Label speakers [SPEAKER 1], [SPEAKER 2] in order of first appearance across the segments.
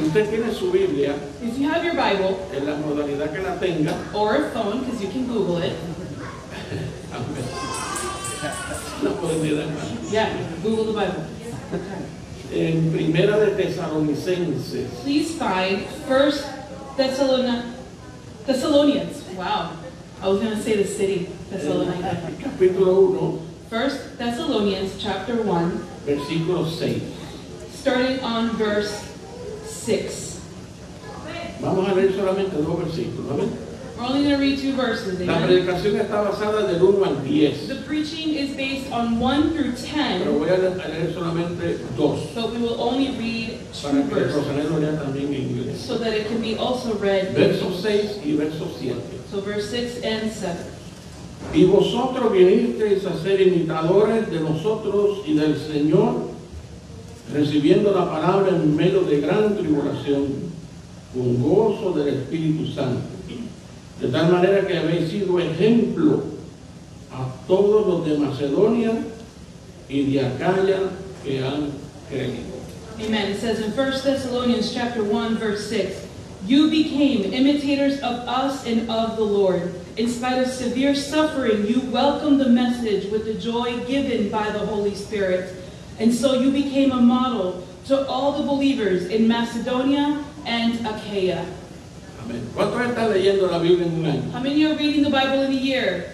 [SPEAKER 1] usted tiene su Biblia
[SPEAKER 2] If you have your Bible
[SPEAKER 1] en la modalidad que la tenga,
[SPEAKER 2] or a phone, because you can Google it,
[SPEAKER 1] aunque la modalidad más.
[SPEAKER 2] yeah, Google the Bible.
[SPEAKER 1] En Primera de Tesalonicenses,
[SPEAKER 2] Please find First Thessalonians. Thessalonians. Wow, I was gonna say the city, Thessalonica.
[SPEAKER 1] capítulo 1,
[SPEAKER 2] First Thessalonians chapter one,
[SPEAKER 1] versículo 6.
[SPEAKER 2] starting on verse six.
[SPEAKER 1] Vamos a leer solamente dos versículos. ¿amén?
[SPEAKER 2] We're only gonna read two verses.
[SPEAKER 1] La
[SPEAKER 2] Amen.
[SPEAKER 1] predicación está basada del 1 al 10,
[SPEAKER 2] The preaching is based on one through
[SPEAKER 1] pero
[SPEAKER 2] ten,
[SPEAKER 1] voy a le- a leer solamente dos
[SPEAKER 2] but we will only read two
[SPEAKER 1] para que
[SPEAKER 2] verses
[SPEAKER 1] Rosanel lo lea también en inglés.
[SPEAKER 2] so that it can be also read. in
[SPEAKER 1] Verso
[SPEAKER 2] English.
[SPEAKER 1] 6 y verso 7.
[SPEAKER 2] So verse six and seven.
[SPEAKER 1] Y vosotros vinisteis a ser imitadores de nosotros y del Señor, recibiendo la palabra en medio de gran tribulación, con gozo del Espíritu Santo. De tal manera que habéis sido ejemplo a todos los de Macedonia y de Acaya que han creído.
[SPEAKER 2] Amen. It says in 1 Thessalonians chapter 1, verse 6, You became imitators of us and of the Lord. In spite of severe suffering, you welcomed the message with the joy given by the Holy Spirit. And so you became a model to all the believers in Macedonia and Achaia.
[SPEAKER 1] Amén. ¿Cuántos están leyendo la Biblia en un año?
[SPEAKER 2] How many are reading the Bible in a year?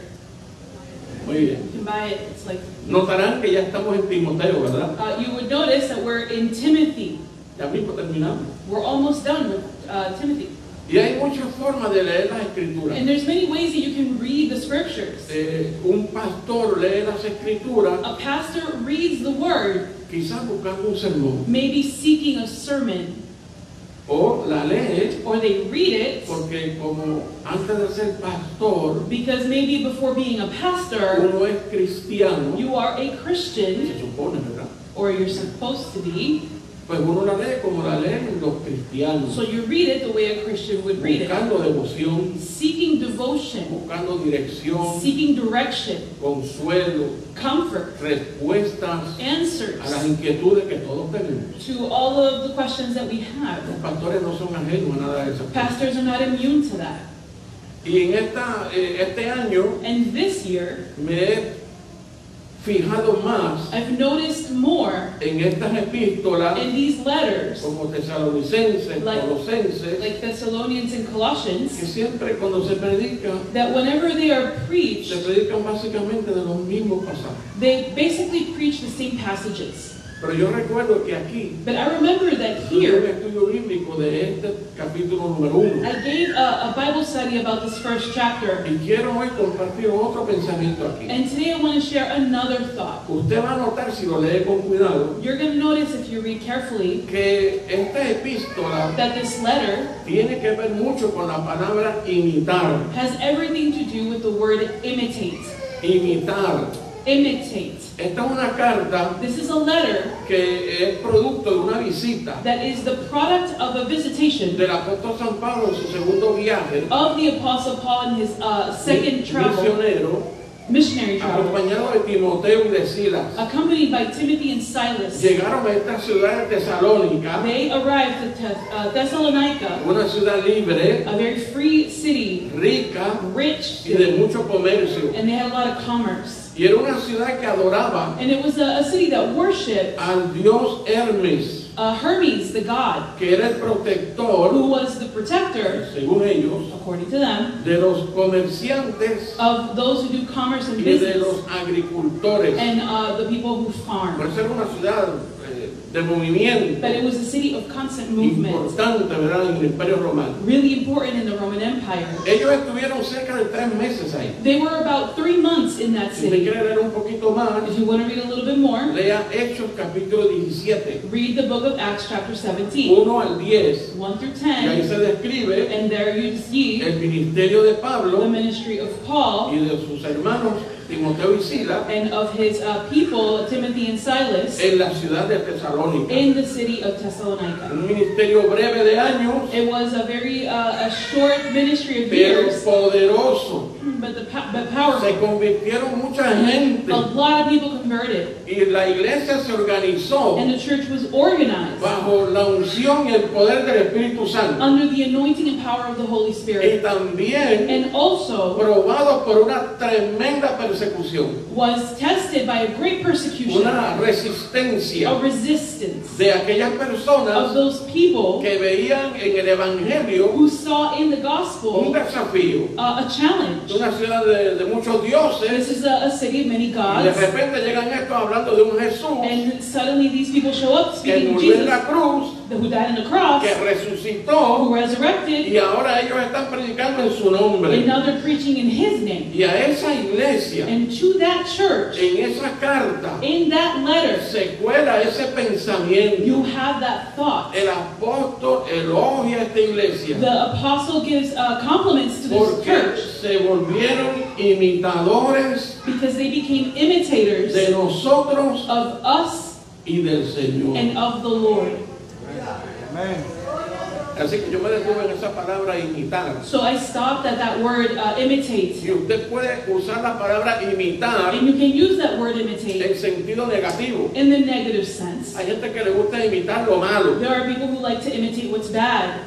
[SPEAKER 1] Muy bien.
[SPEAKER 2] You can buy it. It's like,
[SPEAKER 1] Notarán que ya estamos en Timoteo, ¿verdad?
[SPEAKER 2] uh, you would notice that we're in Timothy.
[SPEAKER 1] Ya mismo terminamos.
[SPEAKER 2] We're almost done with uh, Timothy.
[SPEAKER 1] Y hay muchas formas de leer las escrituras.
[SPEAKER 2] And there's many ways that you can read the scriptures.
[SPEAKER 1] Eh, un pastor lee las escrituras
[SPEAKER 2] A pastor reads the word,
[SPEAKER 1] quizás buscando un sermón,
[SPEAKER 2] maybe seeking a sermon,
[SPEAKER 1] o la lee
[SPEAKER 2] or they read it
[SPEAKER 1] porque como antes de ser pastor,
[SPEAKER 2] because maybe before being a pastor,
[SPEAKER 1] uno es cristiano,
[SPEAKER 2] you are a Christian,
[SPEAKER 1] se supone, ¿verdad?
[SPEAKER 2] or you're supposed to be.
[SPEAKER 1] Pues uno la lee como la leen los cristianos,
[SPEAKER 2] So you read it the way a Christian would read it.
[SPEAKER 1] buscando devoción,
[SPEAKER 2] Seeking devotion,
[SPEAKER 1] buscando dirección,
[SPEAKER 2] seeking direction,
[SPEAKER 1] consuelo,
[SPEAKER 2] comfort,
[SPEAKER 1] respuestas a las
[SPEAKER 2] answers
[SPEAKER 1] inquietudes que todos tenemos.
[SPEAKER 2] to all of the questions that we have.
[SPEAKER 1] Los pastores no son ajenos a nada de eso.
[SPEAKER 2] Pastors are not immune to that.
[SPEAKER 1] Y en esta, eh, este año
[SPEAKER 2] And this year,
[SPEAKER 1] me he fijado más
[SPEAKER 2] I've noticed more
[SPEAKER 1] en estas epístolas
[SPEAKER 2] in these letters,
[SPEAKER 1] como tesalonicenses,
[SPEAKER 2] Like-
[SPEAKER 1] colosenses,
[SPEAKER 2] like Thessalonians and Colossians,
[SPEAKER 1] que siempre cuando se predica,
[SPEAKER 2] that whenever they are
[SPEAKER 1] se
[SPEAKER 2] preached,
[SPEAKER 1] predican básicamente de los mismos pasajes.
[SPEAKER 2] they basically preach the same passages.
[SPEAKER 1] Pero yo recuerdo que aquí,
[SPEAKER 2] But I remember that
[SPEAKER 1] yo tuve un
[SPEAKER 2] here,
[SPEAKER 1] estudio bíblico de este capítulo número uno.
[SPEAKER 2] I gave a, a Bible study about this first chapter,
[SPEAKER 1] Y quiero hoy compartir otro pensamiento aquí.
[SPEAKER 2] and today I want to share another thought.
[SPEAKER 1] Usted va a notar, si lo lee con cuidado,
[SPEAKER 2] You're going to notice if you read carefully
[SPEAKER 1] que esta epístola
[SPEAKER 2] that this letter
[SPEAKER 1] tiene que ver mucho con la palabra imitar.
[SPEAKER 2] has everything to do with the word imitate.
[SPEAKER 1] Imitar.
[SPEAKER 2] Imitate.
[SPEAKER 1] Esta es una carta
[SPEAKER 2] This is a letter
[SPEAKER 1] que es producto de una visita
[SPEAKER 2] that is the product of a visitation
[SPEAKER 1] del apóstol San Pablo en su segundo viaje
[SPEAKER 2] of the Apostle Paul in his uh, second travel,
[SPEAKER 1] misionero,
[SPEAKER 2] missionary travel,
[SPEAKER 1] acompañado de Timoteo y de Silas.
[SPEAKER 2] accompanied by Timothy and Silas.
[SPEAKER 1] Llegaron a esta ciudad de Tesalónica,
[SPEAKER 2] They arrived at Thess- uh, Thessalonica,
[SPEAKER 1] una ciudad libre,
[SPEAKER 2] a very free city,
[SPEAKER 1] rica
[SPEAKER 2] rich,
[SPEAKER 1] y de
[SPEAKER 2] city,
[SPEAKER 1] mucho comercio.
[SPEAKER 2] and they had a lot of commerce.
[SPEAKER 1] Y era una ciudad que adoraba
[SPEAKER 2] And it was a, a city that worshipped
[SPEAKER 1] al dios Hermes,
[SPEAKER 2] uh, Hermes, the god,
[SPEAKER 1] que era el protector,
[SPEAKER 2] who was the protector,
[SPEAKER 1] según ellos,
[SPEAKER 2] according to them,
[SPEAKER 1] de los comerciantes
[SPEAKER 2] of those who do commerce and
[SPEAKER 1] y de
[SPEAKER 2] business,
[SPEAKER 1] los agricultores.
[SPEAKER 2] and uh, the people who
[SPEAKER 1] Por
[SPEAKER 2] farm.
[SPEAKER 1] ser una ciudad eh, de movimiento.
[SPEAKER 2] But it was a city of constant movement,
[SPEAKER 1] importante, ¿verdad?, en el Imperio Romano.
[SPEAKER 2] really important in the Roman Empire.
[SPEAKER 1] Ellos estuvieron cerca de tres meses ahí.
[SPEAKER 2] They were about three months in that
[SPEAKER 1] Si usted
[SPEAKER 2] city.
[SPEAKER 1] quiere leer un poquito más,
[SPEAKER 2] If you want to read a little bit more,
[SPEAKER 1] lea Hechos capítulo 17,
[SPEAKER 2] read the book of Acts, chapter 17,
[SPEAKER 1] 1 al 10.
[SPEAKER 2] 1 through
[SPEAKER 1] Y
[SPEAKER 2] 10.
[SPEAKER 1] ahí se describe
[SPEAKER 2] And there you see
[SPEAKER 1] el ministerio de
[SPEAKER 2] the
[SPEAKER 1] Pablo
[SPEAKER 2] ministry of Paul
[SPEAKER 1] y de sus hermanos Timoteo y Sila
[SPEAKER 2] and of his uh, people, Timothy and Silas,
[SPEAKER 1] en la ciudad de Tesalónica.
[SPEAKER 2] in the city of Thessalonica.
[SPEAKER 1] Un ministerio breve de años,
[SPEAKER 2] It was a very uh, a short ministry of
[SPEAKER 1] pero
[SPEAKER 2] years,
[SPEAKER 1] poderoso
[SPEAKER 2] but the po- but powerful.
[SPEAKER 1] Se convirtieron mucha gente
[SPEAKER 2] A lot of people converted,
[SPEAKER 1] y la iglesia se organizó
[SPEAKER 2] and the church was organized
[SPEAKER 1] bajo la unción y el poder del Espíritu Santo
[SPEAKER 2] under the anointing and power of the Holy
[SPEAKER 1] y
[SPEAKER 2] Spirit,
[SPEAKER 1] también
[SPEAKER 2] and also
[SPEAKER 1] probado por una tremenda persecución,
[SPEAKER 2] was tested by a great persecution,
[SPEAKER 1] una
[SPEAKER 2] a
[SPEAKER 1] resistencia
[SPEAKER 2] resistance
[SPEAKER 1] de aquellas
[SPEAKER 2] of
[SPEAKER 1] personas
[SPEAKER 2] those people
[SPEAKER 1] que veían en el Evangelio
[SPEAKER 2] who saw in the
[SPEAKER 1] un
[SPEAKER 2] gospel
[SPEAKER 1] desafío,
[SPEAKER 2] uh, a challenge.
[SPEAKER 1] una ciudad de, de muchos dioses
[SPEAKER 2] This is a, a city of many
[SPEAKER 1] y de
[SPEAKER 2] gods,
[SPEAKER 1] repente llegan estos hablando de un Jesús
[SPEAKER 2] and suddenly these people show up
[SPEAKER 1] que
[SPEAKER 2] speaking of
[SPEAKER 1] murió en
[SPEAKER 2] Jesus,
[SPEAKER 1] la cruz,
[SPEAKER 2] who died on the cross,
[SPEAKER 1] que resucitó
[SPEAKER 2] who resurrected,
[SPEAKER 1] y ahora ellos están predicando en su nombre.
[SPEAKER 2] and now they're preaching in his name.
[SPEAKER 1] Y a esa iglesia,
[SPEAKER 2] And to that church,
[SPEAKER 1] en esa carta,
[SPEAKER 2] in that letter,
[SPEAKER 1] se cuela ese pensamiento.
[SPEAKER 2] you have that thought.
[SPEAKER 1] El apóstol elogia a esta iglesia
[SPEAKER 2] The apostle gives uh, compliments to this
[SPEAKER 1] porque
[SPEAKER 2] church
[SPEAKER 1] se volvieron imitadores
[SPEAKER 2] because they became imitators
[SPEAKER 1] de nosotros
[SPEAKER 2] of us
[SPEAKER 1] y del Señor.
[SPEAKER 2] and of the Lord.
[SPEAKER 1] Así que yo me detuve en esa palabra imitar.
[SPEAKER 2] So I stopped at that word uh, imitate.
[SPEAKER 1] Y usted puede usar la palabra imitar
[SPEAKER 2] And you can use that word
[SPEAKER 1] en
[SPEAKER 2] imitate
[SPEAKER 1] sentido negativo.
[SPEAKER 2] in the negative sense.
[SPEAKER 1] Hay gente que le gusta imitar lo malo.
[SPEAKER 2] There are people who like to imitate what's bad,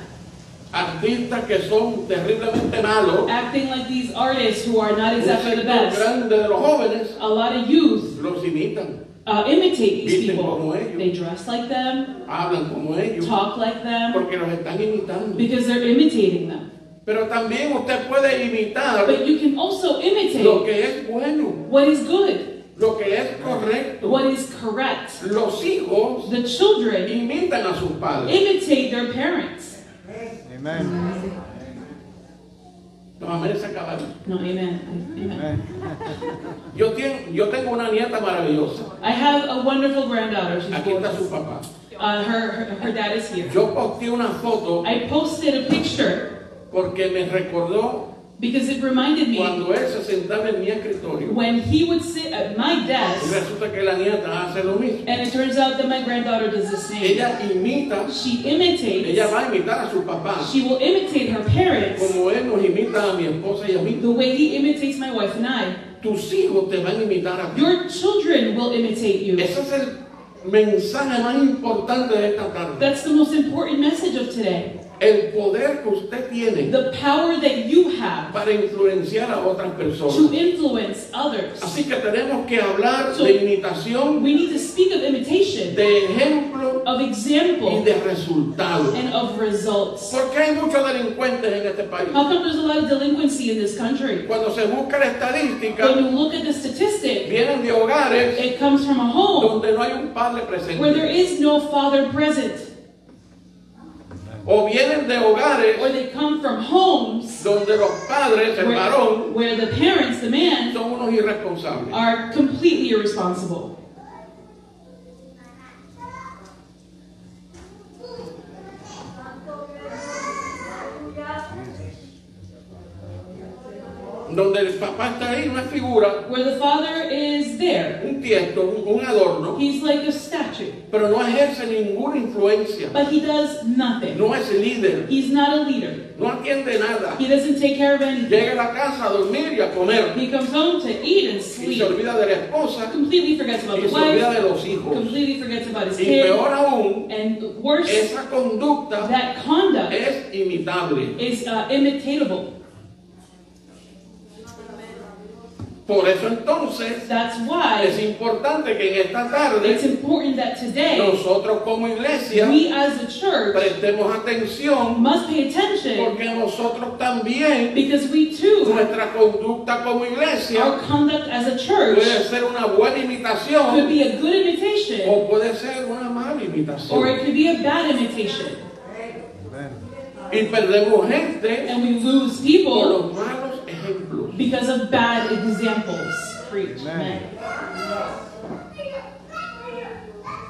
[SPEAKER 1] Artistas que son terriblemente malos.
[SPEAKER 2] acting like these artists who are not
[SPEAKER 1] Un
[SPEAKER 2] exactly
[SPEAKER 1] sector
[SPEAKER 2] the best.
[SPEAKER 1] grande de los jóvenes
[SPEAKER 2] A lot of youth
[SPEAKER 1] los imitan.
[SPEAKER 2] uh, imitate these
[SPEAKER 1] Visten
[SPEAKER 2] people.
[SPEAKER 1] como ellos.
[SPEAKER 2] They dress like them,
[SPEAKER 1] hablan como ellos,
[SPEAKER 2] talk like them,
[SPEAKER 1] porque los están imitando.
[SPEAKER 2] because they're imitating them.
[SPEAKER 1] Pero también usted puede imitar
[SPEAKER 2] But you can
[SPEAKER 1] lo
[SPEAKER 2] also imitate
[SPEAKER 1] que es bueno,
[SPEAKER 2] what is good,
[SPEAKER 1] lo que es correcto.
[SPEAKER 2] what is correct.
[SPEAKER 1] Los hijos
[SPEAKER 2] The children
[SPEAKER 1] imitan a sus padres.
[SPEAKER 2] imitate their parents.
[SPEAKER 3] Amen.
[SPEAKER 1] No, amén, se acabaron.
[SPEAKER 2] No, amen. Amen.
[SPEAKER 1] Yo, tien- yo tengo una nieta maravillosa.
[SPEAKER 2] I have a wonderful granddaughter. She's
[SPEAKER 1] Aquí está su
[SPEAKER 2] gorgeous.
[SPEAKER 1] papá.
[SPEAKER 2] Uh, her, her, her dad is here.
[SPEAKER 1] Yo posteé una foto
[SPEAKER 2] I posted a picture
[SPEAKER 1] porque me recordó
[SPEAKER 2] because it reminded me
[SPEAKER 1] cuando él se sentaba en mi escritorio.
[SPEAKER 2] when he would sit at my
[SPEAKER 1] Y
[SPEAKER 2] desk,
[SPEAKER 1] resulta que la nieta hace lo mismo.
[SPEAKER 2] and it turns out that my granddaughter does the same.
[SPEAKER 1] Ella imita,
[SPEAKER 2] She imitates
[SPEAKER 1] ella va a imitar a su papá,
[SPEAKER 2] She will imitate her parents
[SPEAKER 1] como él nos imita a mi esposa y a mí.
[SPEAKER 2] the way he imitates my wife and I.
[SPEAKER 1] Tus hijos te van a imitar a ti.
[SPEAKER 2] Your children will imitate you.
[SPEAKER 1] Ese es el mensaje más importante de esta tarde.
[SPEAKER 2] That's the most important message of today.
[SPEAKER 1] El poder que usted tiene
[SPEAKER 2] The power that you have
[SPEAKER 1] para influenciar a otras
[SPEAKER 2] to
[SPEAKER 1] personas.
[SPEAKER 2] influence others.
[SPEAKER 1] Así que tenemos que hablar de imitación,
[SPEAKER 2] We need to speak of imitation,
[SPEAKER 1] de ejemplo
[SPEAKER 2] of
[SPEAKER 1] y
[SPEAKER 2] example,
[SPEAKER 1] de resultado.
[SPEAKER 2] and of results.
[SPEAKER 1] Porque hay muchos delincuentes en este país.
[SPEAKER 2] How come there's a lot of delinquency in this country?
[SPEAKER 1] Cuando se busca la
[SPEAKER 2] When
[SPEAKER 1] estadística,
[SPEAKER 2] you look at the statistic,
[SPEAKER 1] vienen de hogares
[SPEAKER 2] it comes from a home
[SPEAKER 1] donde no hay un padre
[SPEAKER 2] where there
[SPEAKER 1] presente.
[SPEAKER 2] is no father present,
[SPEAKER 1] O vienen de hogares
[SPEAKER 2] or they come from homes
[SPEAKER 1] donde los padres, el
[SPEAKER 2] where,
[SPEAKER 1] varón,
[SPEAKER 2] where the parents, the man,
[SPEAKER 1] son unos irresponsables.
[SPEAKER 2] are completely irresponsible.
[SPEAKER 1] donde el papá está ahí, una figura,
[SPEAKER 2] Where the father is there,
[SPEAKER 1] un tiesto, un, un adorno,
[SPEAKER 2] he's like a statue,
[SPEAKER 1] pero no ejerce ninguna influencia,
[SPEAKER 2] but he does nothing.
[SPEAKER 1] no es líder,
[SPEAKER 2] He's not a leader.
[SPEAKER 1] no atiende nada.
[SPEAKER 2] He doesn't take care of anything.
[SPEAKER 1] Llega a la casa a dormir y a comer
[SPEAKER 2] He comes home to eat and
[SPEAKER 1] y se
[SPEAKER 2] sleep.
[SPEAKER 1] olvida de la esposa
[SPEAKER 2] Completely forgets about
[SPEAKER 1] y
[SPEAKER 2] the
[SPEAKER 1] se olvida
[SPEAKER 2] wife.
[SPEAKER 1] de los hijos.
[SPEAKER 2] Completely forgets about his
[SPEAKER 1] Y peor
[SPEAKER 2] kid.
[SPEAKER 1] aún,
[SPEAKER 2] And worse,
[SPEAKER 1] esa conducta
[SPEAKER 2] that conduct
[SPEAKER 1] es imitable.
[SPEAKER 2] is uh, imitatable.
[SPEAKER 1] Por eso entonces
[SPEAKER 2] That's
[SPEAKER 1] es
[SPEAKER 2] why
[SPEAKER 1] importante que en esta
[SPEAKER 2] it's
[SPEAKER 1] tarde
[SPEAKER 2] important that today
[SPEAKER 1] nosotros como iglesia
[SPEAKER 2] we as a church
[SPEAKER 1] prestemos atención
[SPEAKER 2] must pay attention
[SPEAKER 1] porque nosotros también,
[SPEAKER 2] because we too,
[SPEAKER 1] nuestra conducta como iglesia
[SPEAKER 2] our conduct as a church
[SPEAKER 1] Puede ser una buena
[SPEAKER 2] could
[SPEAKER 1] imitación
[SPEAKER 2] be a good imitation
[SPEAKER 1] o puede ser una mala
[SPEAKER 2] or it
[SPEAKER 1] imitación.
[SPEAKER 2] could be a bad imitation.
[SPEAKER 1] Y perdemos gente
[SPEAKER 2] And we lose
[SPEAKER 1] por
[SPEAKER 2] people
[SPEAKER 1] los malos ejemplos.
[SPEAKER 2] because of bad examples. Preach.
[SPEAKER 3] Amen.
[SPEAKER 2] Amen.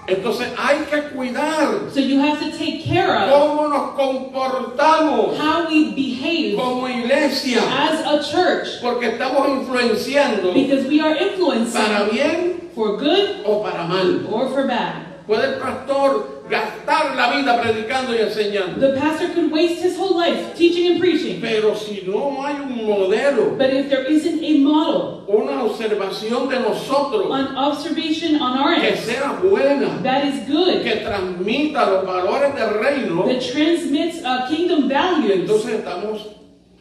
[SPEAKER 1] Entonces hay que cuidar
[SPEAKER 2] So you have to take care of
[SPEAKER 1] cómo nos comportamos
[SPEAKER 2] how we behave
[SPEAKER 1] como iglesia,
[SPEAKER 2] as a church
[SPEAKER 1] porque estamos influenciando
[SPEAKER 2] because we are
[SPEAKER 1] para
[SPEAKER 2] influencing
[SPEAKER 1] bien
[SPEAKER 2] for good
[SPEAKER 1] o para mal.
[SPEAKER 2] or for bad.
[SPEAKER 1] Puede el pastor gastar la vida predicando y enseñando.
[SPEAKER 2] The pastor could waste his whole life teaching and preaching.
[SPEAKER 1] Pero si no hay un modelo,
[SPEAKER 2] But if there isn't a model,
[SPEAKER 1] una observación de nosotros
[SPEAKER 2] an observation on our
[SPEAKER 1] que
[SPEAKER 2] end
[SPEAKER 1] sea buena,
[SPEAKER 2] that is good,
[SPEAKER 1] que transmita los valores del reino,
[SPEAKER 2] that transmits uh, kingdom
[SPEAKER 1] y
[SPEAKER 2] values,
[SPEAKER 1] entonces estamos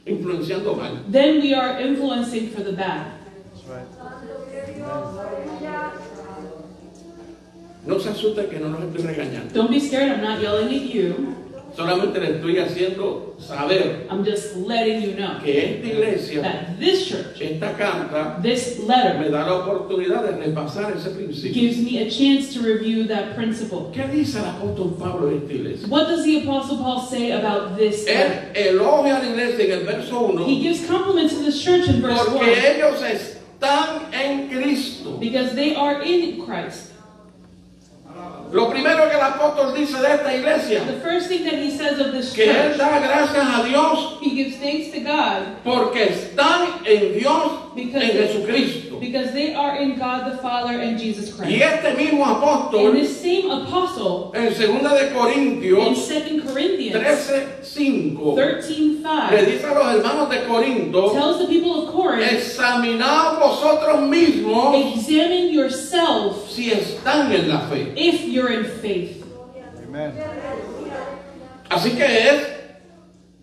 [SPEAKER 1] influenciando mal.
[SPEAKER 2] then we are influencing for the bad.
[SPEAKER 1] No se asusten que no los estoy regañando.
[SPEAKER 2] Don't be scared, I'm not yelling at you.
[SPEAKER 1] Solamente les estoy haciendo saber
[SPEAKER 2] I'm just letting you know
[SPEAKER 1] que esta iglesia,
[SPEAKER 2] that this church,
[SPEAKER 1] esta carta,
[SPEAKER 2] this letter,
[SPEAKER 1] me da la oportunidad de repasar ese principio.
[SPEAKER 2] gives me a chance to review that principle.
[SPEAKER 1] ¿Qué dice el apóstol Pablo de esta iglesia?
[SPEAKER 2] What does the Apostle Paul say about
[SPEAKER 1] Eh?
[SPEAKER 2] this letter?
[SPEAKER 1] Él elogia a la iglesia en el verso 1
[SPEAKER 2] He gives compliments to this church in verse 1
[SPEAKER 1] porque ellos están en Cristo.
[SPEAKER 2] because they are in Christ.
[SPEAKER 1] Lo primero que el apóstol dice de esta iglesia,
[SPEAKER 2] The first thing that he says of this
[SPEAKER 1] que él
[SPEAKER 2] church,
[SPEAKER 1] da gracias a Dios
[SPEAKER 2] he gives thanks to God
[SPEAKER 1] porque están en Dios, en Jesucristo.
[SPEAKER 2] because they are in God the Father and Jesus
[SPEAKER 1] Y
[SPEAKER 2] Christ.
[SPEAKER 1] este mismo
[SPEAKER 2] And
[SPEAKER 1] apóstol,
[SPEAKER 2] this same apostle
[SPEAKER 1] en 2 de
[SPEAKER 2] in
[SPEAKER 1] Corintios
[SPEAKER 2] 2 Corinthians
[SPEAKER 1] 13:5,
[SPEAKER 2] 13
[SPEAKER 1] le
[SPEAKER 2] 5
[SPEAKER 1] dice a los hermanos de Corinto,
[SPEAKER 2] tells the people of Corinth,
[SPEAKER 1] examinaos vosotros mismos
[SPEAKER 2] examine yourself
[SPEAKER 1] si están en la fe.
[SPEAKER 2] if you're in faith.
[SPEAKER 3] Amen.
[SPEAKER 1] Así que es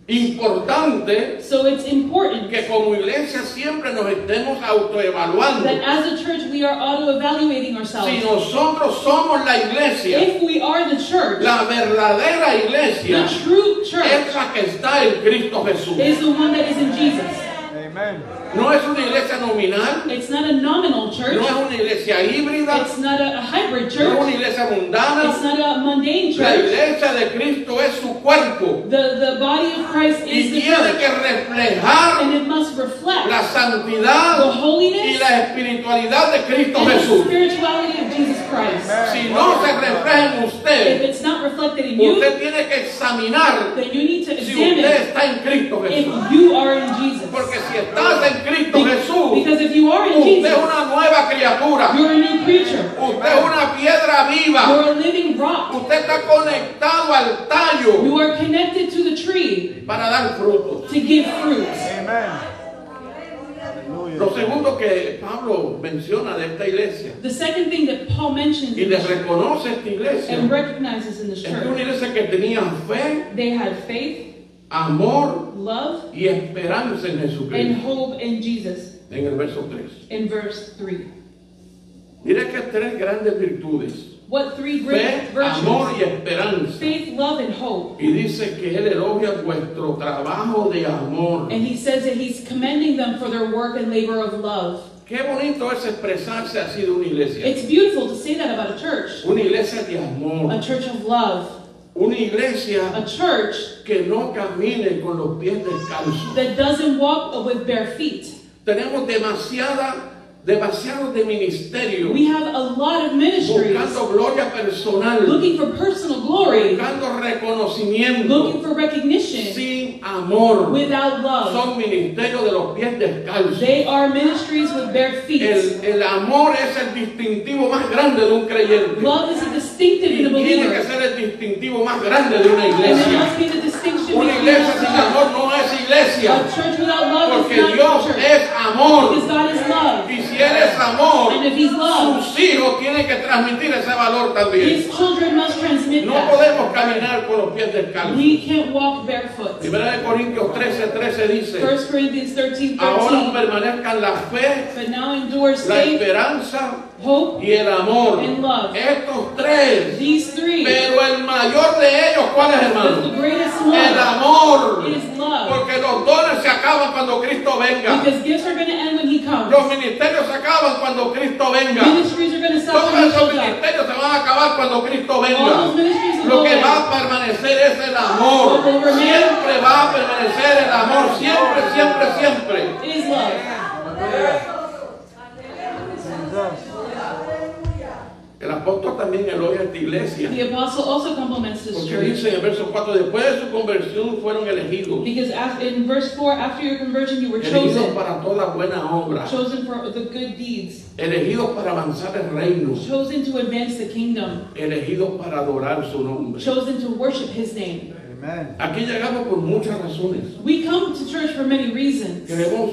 [SPEAKER 1] importante
[SPEAKER 2] So it's important
[SPEAKER 1] que como iglesia siempre nos estemos
[SPEAKER 2] that
[SPEAKER 1] autoevaluando.
[SPEAKER 2] as a church we are auto evaluating
[SPEAKER 1] Si
[SPEAKER 2] ourselves.
[SPEAKER 1] nosotros somos la iglesia,
[SPEAKER 2] If we are the church,
[SPEAKER 1] la verdadera iglesia
[SPEAKER 2] the true
[SPEAKER 1] es
[SPEAKER 2] church
[SPEAKER 1] la que está en Cristo Jesús.
[SPEAKER 2] is the one that is in Jesus.
[SPEAKER 3] Amen.
[SPEAKER 1] No es una iglesia nominal,
[SPEAKER 2] It's not a nominal
[SPEAKER 1] no
[SPEAKER 2] church.
[SPEAKER 1] es una iglesia híbrida,
[SPEAKER 2] It's not a, a hybrid
[SPEAKER 1] no es una
[SPEAKER 2] church.
[SPEAKER 1] iglesia
[SPEAKER 2] It's
[SPEAKER 1] mundana.
[SPEAKER 2] not a mundane
[SPEAKER 1] La
[SPEAKER 2] church.
[SPEAKER 1] iglesia de Cristo es su cuerpo
[SPEAKER 2] The, the body of Christ
[SPEAKER 1] y
[SPEAKER 2] is the
[SPEAKER 1] tiene
[SPEAKER 2] church.
[SPEAKER 1] que reflejar
[SPEAKER 2] And it must reflect
[SPEAKER 1] la
[SPEAKER 2] the
[SPEAKER 1] santidad y
[SPEAKER 2] holiness
[SPEAKER 1] la espiritualidad de Cristo
[SPEAKER 2] and the
[SPEAKER 1] Jesús.
[SPEAKER 2] spirituality of Jesus Christ.
[SPEAKER 1] Si no se refleja en
[SPEAKER 2] If
[SPEAKER 1] usted,
[SPEAKER 2] it's not reflected in you,
[SPEAKER 1] usted tiene que examinar
[SPEAKER 2] then you need to
[SPEAKER 1] si usted
[SPEAKER 2] examine
[SPEAKER 1] está en Cristo Jesús.
[SPEAKER 2] if you are in Jesus.
[SPEAKER 1] Porque si estás en Cristo
[SPEAKER 2] Be-
[SPEAKER 1] Jesús,
[SPEAKER 2] because if you are in
[SPEAKER 1] usted es
[SPEAKER 2] Jesus,
[SPEAKER 1] una nueva criatura,
[SPEAKER 2] you're a new creature.
[SPEAKER 1] usted es una piedra viva,
[SPEAKER 2] You're a living rock.
[SPEAKER 1] usted está conectado al tallo
[SPEAKER 2] You are connected to the tree
[SPEAKER 1] para dar fruto.
[SPEAKER 2] to give fruits.
[SPEAKER 3] Amen.
[SPEAKER 1] Lo
[SPEAKER 3] Hallelujah.
[SPEAKER 1] segundo que Pablo menciona de esta iglesia
[SPEAKER 2] The second thing that Paul mentions
[SPEAKER 1] y
[SPEAKER 2] in
[SPEAKER 1] le
[SPEAKER 2] this
[SPEAKER 1] reconoce a esta iglesia
[SPEAKER 2] and recognizes in this
[SPEAKER 1] es que una
[SPEAKER 2] church.
[SPEAKER 1] iglesia que tenía fe,
[SPEAKER 2] They had faith,
[SPEAKER 1] amor
[SPEAKER 2] love,
[SPEAKER 1] y esperanza en
[SPEAKER 2] and
[SPEAKER 1] Jesucristo.
[SPEAKER 2] hope in Jesus
[SPEAKER 1] En el verso 3.
[SPEAKER 2] in verse 3.
[SPEAKER 1] Mire que tres grandes virtudes.
[SPEAKER 2] What three great
[SPEAKER 1] Fe, amor
[SPEAKER 2] virtues?
[SPEAKER 1] y esperanza.
[SPEAKER 2] Faith, love, and hope.
[SPEAKER 1] Y dice que él elogia vuestro trabajo de amor.
[SPEAKER 2] And he says that he's commending them for their work and labor of love.
[SPEAKER 1] Qué bonito es expresarse así de una iglesia.
[SPEAKER 2] It's beautiful to say that about a church.
[SPEAKER 1] Una iglesia de amor.
[SPEAKER 2] A church of love.
[SPEAKER 1] Una iglesia
[SPEAKER 2] A church
[SPEAKER 1] que no camine con los pies descalzos.
[SPEAKER 2] that doesn't walk with bare feet.
[SPEAKER 1] Tenemos demasiada, demasiado de ministerio.
[SPEAKER 2] We have a lot of ministries
[SPEAKER 1] Buscando gloria personal.
[SPEAKER 2] looking for personal glory,
[SPEAKER 1] Buscando reconocimiento.
[SPEAKER 2] looking for recognition
[SPEAKER 1] Sin amor.
[SPEAKER 2] without love.
[SPEAKER 1] son ministerios de los pies descalzos.
[SPEAKER 2] They are ministries with bare feet.
[SPEAKER 1] El, el amor es el distintivo más grande de un creyente.
[SPEAKER 2] Love is a distinctive in a
[SPEAKER 1] Y tiene que
[SPEAKER 2] believer.
[SPEAKER 1] ser el distintivo más grande de una
[SPEAKER 2] And there
[SPEAKER 1] iglesia.
[SPEAKER 2] must be the distinction between
[SPEAKER 1] Una iglesia
[SPEAKER 2] love
[SPEAKER 1] sin
[SPEAKER 2] and love.
[SPEAKER 1] amor no es
[SPEAKER 2] A
[SPEAKER 1] iglesia,
[SPEAKER 2] church without love
[SPEAKER 1] porque
[SPEAKER 2] is
[SPEAKER 1] Dios
[SPEAKER 2] not a church.
[SPEAKER 1] es amor.
[SPEAKER 2] Because God is love.
[SPEAKER 1] Y si Él es amor,
[SPEAKER 2] And if He's love,
[SPEAKER 1] sus hijos tienen que transmitir ese valor también.
[SPEAKER 2] His children must transmit
[SPEAKER 1] No
[SPEAKER 2] that.
[SPEAKER 1] podemos caminar con los pies descalzos.
[SPEAKER 2] We can't walk barefoot.
[SPEAKER 1] Primera de Corintios 13, 13 dice,
[SPEAKER 2] 1 Corinthians 13
[SPEAKER 1] ahora
[SPEAKER 2] 13.
[SPEAKER 1] permanezcan la fe,
[SPEAKER 2] But now endures
[SPEAKER 1] la
[SPEAKER 2] faith,
[SPEAKER 1] esperanza
[SPEAKER 2] hope,
[SPEAKER 1] y el amor.
[SPEAKER 2] And love.
[SPEAKER 1] Estos tres.
[SPEAKER 2] these three.
[SPEAKER 1] Pero el mayor de ellos, ¿cuál es,
[SPEAKER 2] But the
[SPEAKER 1] hermano?
[SPEAKER 2] greatest
[SPEAKER 1] El
[SPEAKER 2] love
[SPEAKER 1] amor.
[SPEAKER 2] is love.
[SPEAKER 1] Porque los dones se acaban cuando Cristo venga.
[SPEAKER 2] Because gifts are going to end when He comes.
[SPEAKER 1] Los ministerios se acaban cuando Cristo venga.
[SPEAKER 2] Ministries are going to stop
[SPEAKER 1] Todos
[SPEAKER 2] when He
[SPEAKER 1] esos
[SPEAKER 2] shows up.
[SPEAKER 1] ministerios se van a acabar cuando Cristo venga.
[SPEAKER 2] All those ministries
[SPEAKER 1] Lo
[SPEAKER 2] will
[SPEAKER 1] que
[SPEAKER 2] end.
[SPEAKER 1] va a permanecer es el amor.
[SPEAKER 2] What will remain?
[SPEAKER 1] Siempre va a permanecer el amor. Siempre, siempre, siempre.
[SPEAKER 2] Is love.
[SPEAKER 3] Jesus.
[SPEAKER 1] El apóstol también elogia a esta iglesia.
[SPEAKER 2] The apostle also compliments this
[SPEAKER 1] Porque
[SPEAKER 2] church.
[SPEAKER 1] dice en el verso 4, después de su conversión fueron elegidos.
[SPEAKER 2] Because af- in verse 4, after your conversion, you were
[SPEAKER 1] Elegidos
[SPEAKER 2] chosen.
[SPEAKER 1] para toda buena obra.
[SPEAKER 2] Chosen for the good deeds.
[SPEAKER 1] Elegidos para avanzar el reino.
[SPEAKER 2] Chosen to advance the kingdom.
[SPEAKER 1] Elegidos para adorar su nombre.
[SPEAKER 2] Chosen to worship his name.
[SPEAKER 3] Amen.
[SPEAKER 1] Aquí llegamos por muchas razones.
[SPEAKER 2] We come to church for many reasons.
[SPEAKER 1] Queremos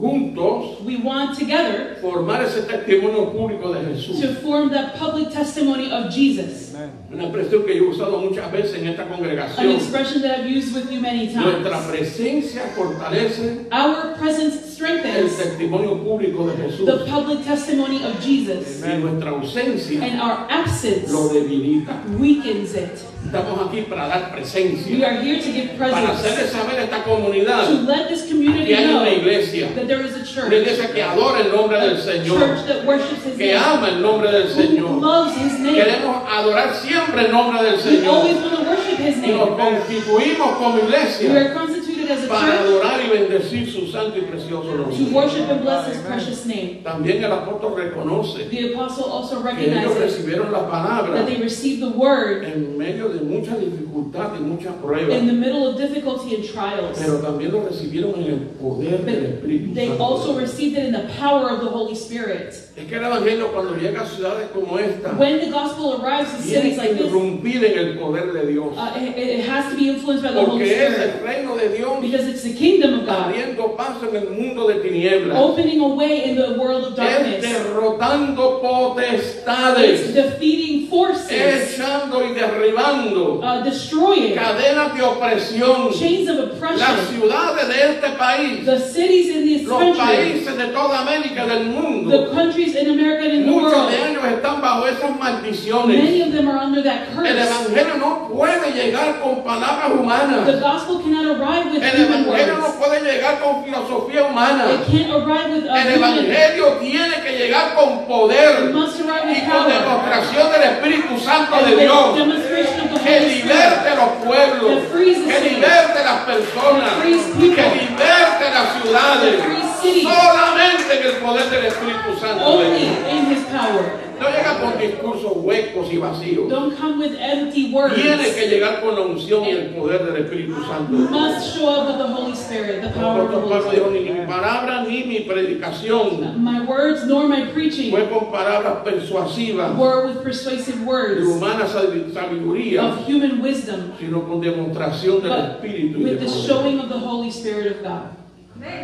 [SPEAKER 1] juntos
[SPEAKER 2] We want together
[SPEAKER 1] formar ese testimonio público de
[SPEAKER 2] to
[SPEAKER 1] Jesús.
[SPEAKER 2] form that public testimony of Jesus.
[SPEAKER 3] Amen.
[SPEAKER 1] Una expresión que yo he usado muchas veces en esta
[SPEAKER 2] An
[SPEAKER 1] congregación.
[SPEAKER 2] expression that I've used with you many
[SPEAKER 1] Nuestra
[SPEAKER 2] times.
[SPEAKER 1] presencia fortalece
[SPEAKER 2] Our presence
[SPEAKER 1] el
[SPEAKER 2] strengthens
[SPEAKER 1] testimonio público de Jesús.
[SPEAKER 2] the public testimony of Jesus,
[SPEAKER 1] Y nuestra ausencia
[SPEAKER 2] and our absence
[SPEAKER 1] lo debilita.
[SPEAKER 2] weakens it.
[SPEAKER 1] Estamos aquí para dar
[SPEAKER 2] We
[SPEAKER 1] presencia,
[SPEAKER 2] are here to give
[SPEAKER 1] para
[SPEAKER 2] presence,
[SPEAKER 1] hacerle saber a esta
[SPEAKER 2] to
[SPEAKER 1] comunidad
[SPEAKER 2] let this community
[SPEAKER 1] que hay
[SPEAKER 2] know
[SPEAKER 1] una iglesia,
[SPEAKER 2] that there is a
[SPEAKER 1] una
[SPEAKER 2] church,
[SPEAKER 1] iglesia que adora el nombre del
[SPEAKER 2] a church
[SPEAKER 1] Señor,
[SPEAKER 2] that worships His
[SPEAKER 1] que
[SPEAKER 2] name,
[SPEAKER 1] ama el nombre del
[SPEAKER 2] who
[SPEAKER 1] Señor.
[SPEAKER 2] loves His name.
[SPEAKER 1] Queremos adorar siempre el nombre del
[SPEAKER 2] We always
[SPEAKER 1] Señor
[SPEAKER 2] want to worship His
[SPEAKER 1] y nos
[SPEAKER 2] name.
[SPEAKER 1] constituimos como
[SPEAKER 2] We
[SPEAKER 1] iglesia
[SPEAKER 2] are constituted as a
[SPEAKER 1] para
[SPEAKER 2] church
[SPEAKER 1] adorar y bendecir su santo y precioso
[SPEAKER 2] to
[SPEAKER 1] nombre.
[SPEAKER 2] worship and bless His precious name.
[SPEAKER 1] También el apóstol reconoce
[SPEAKER 2] The apostle also
[SPEAKER 1] que ellos
[SPEAKER 2] recognizes
[SPEAKER 1] recibieron la palabra
[SPEAKER 2] that they received the word
[SPEAKER 1] en medio de mucha dificultad y muchas
[SPEAKER 2] in
[SPEAKER 1] pruebas,
[SPEAKER 2] the middle of difficulty and trials.
[SPEAKER 1] pero también lo recibieron en el poder del Espíritu
[SPEAKER 2] They also
[SPEAKER 1] Santo.
[SPEAKER 2] received it in the power of the Holy Spirit.
[SPEAKER 1] Es que el Evangelio cuando llega a ciudades como esta,
[SPEAKER 2] When the gospel arrives in
[SPEAKER 1] tiene
[SPEAKER 2] cities like
[SPEAKER 1] que
[SPEAKER 2] this,
[SPEAKER 1] irrumpir en el poder de Dios,
[SPEAKER 2] uh, it, it has to be influenced by the Holy
[SPEAKER 1] porque es el
[SPEAKER 2] Spirit
[SPEAKER 1] reino de Dios
[SPEAKER 2] because it's the kingdom of God
[SPEAKER 1] abriendo paso en el mundo de tinieblas,
[SPEAKER 2] opening a way in the world of
[SPEAKER 1] es
[SPEAKER 2] darkness.
[SPEAKER 1] derrotando
[SPEAKER 2] It's
[SPEAKER 1] potestades,
[SPEAKER 2] defeating forces,
[SPEAKER 1] echando y derribando
[SPEAKER 2] uh, destroying
[SPEAKER 1] cadenas de opresión,
[SPEAKER 2] chains of
[SPEAKER 1] las
[SPEAKER 2] oppression.
[SPEAKER 1] ciudades de este país.
[SPEAKER 2] The cities in this
[SPEAKER 1] Los
[SPEAKER 2] country,
[SPEAKER 1] países de toda América del
[SPEAKER 2] the
[SPEAKER 1] mundo,
[SPEAKER 2] countries in America and in the
[SPEAKER 1] muchos de
[SPEAKER 2] world,
[SPEAKER 1] ellos están bajo esas maldiciones.
[SPEAKER 2] many of them are under that
[SPEAKER 1] El
[SPEAKER 2] curse.
[SPEAKER 1] Evangelio no puede llegar con palabras humanas.
[SPEAKER 2] The gospel cannot arrive with
[SPEAKER 1] El
[SPEAKER 2] human
[SPEAKER 1] Evangelio no
[SPEAKER 2] words.
[SPEAKER 1] puede llegar con filosofía humana.
[SPEAKER 2] It can't arrive with
[SPEAKER 1] El
[SPEAKER 2] a human.
[SPEAKER 1] Evangelio tiene que llegar con
[SPEAKER 2] It
[SPEAKER 1] poder
[SPEAKER 2] must arrive with
[SPEAKER 1] y con
[SPEAKER 2] power.
[SPEAKER 1] demostración del Espíritu Santo
[SPEAKER 2] And
[SPEAKER 1] de
[SPEAKER 2] with
[SPEAKER 1] Dios.
[SPEAKER 2] demonstration of the
[SPEAKER 1] Que
[SPEAKER 2] Holy Spirit.
[SPEAKER 1] liberte a los pueblos,
[SPEAKER 2] That frees the
[SPEAKER 1] que
[SPEAKER 2] city.
[SPEAKER 1] liberte a las personas,
[SPEAKER 2] That
[SPEAKER 1] que
[SPEAKER 2] frees people.
[SPEAKER 1] liberte a las ciudades.
[SPEAKER 2] That frees cities.
[SPEAKER 1] Solamente en el poder del Espíritu Santo de
[SPEAKER 2] Only
[SPEAKER 1] Dios.
[SPEAKER 2] in His power.
[SPEAKER 1] No llega con discursos huecos y vacíos.
[SPEAKER 2] Don't come with empty words.
[SPEAKER 1] Tiene que llegar con la unción y el poder del Espíritu Santo.
[SPEAKER 2] You must show up with the Holy Spirit, the
[SPEAKER 1] El
[SPEAKER 2] power of the
[SPEAKER 1] apóstol
[SPEAKER 2] Holy
[SPEAKER 1] Pablo dijo,
[SPEAKER 2] Spirit.
[SPEAKER 1] ni mi palabra ni mi predicación
[SPEAKER 2] My words nor my preaching
[SPEAKER 1] fue con palabras persuasivas
[SPEAKER 2] were with persuasive
[SPEAKER 1] de
[SPEAKER 2] words
[SPEAKER 1] humana sabi- sabiduría,
[SPEAKER 2] of human wisdom,
[SPEAKER 1] sino con demostración del
[SPEAKER 2] but
[SPEAKER 1] Espíritu y del
[SPEAKER 2] with the
[SPEAKER 1] poder.
[SPEAKER 2] showing of the Holy Spirit of God.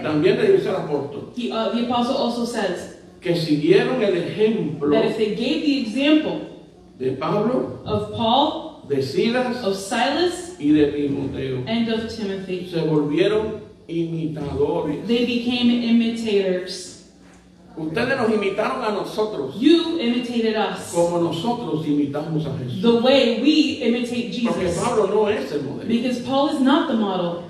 [SPEAKER 1] También le dice el apóstol
[SPEAKER 2] He, uh, the apostle also says
[SPEAKER 1] que siguieron el ejemplo
[SPEAKER 2] that if they gave the example
[SPEAKER 1] de Pablo,
[SPEAKER 2] of Paul,
[SPEAKER 1] de Silas
[SPEAKER 2] of Silas,
[SPEAKER 1] y de Timoteo.
[SPEAKER 2] and of Timothy.
[SPEAKER 1] Se volvieron imitadores.
[SPEAKER 2] They became imitators.
[SPEAKER 1] Ustedes nos imitaron a nosotros
[SPEAKER 2] You imitated us
[SPEAKER 1] como nosotros imitamos a Jesús.
[SPEAKER 2] the way we imitate
[SPEAKER 1] Porque
[SPEAKER 2] Jesus.
[SPEAKER 1] Pablo no es el modelo.
[SPEAKER 2] Because Paul is not the model.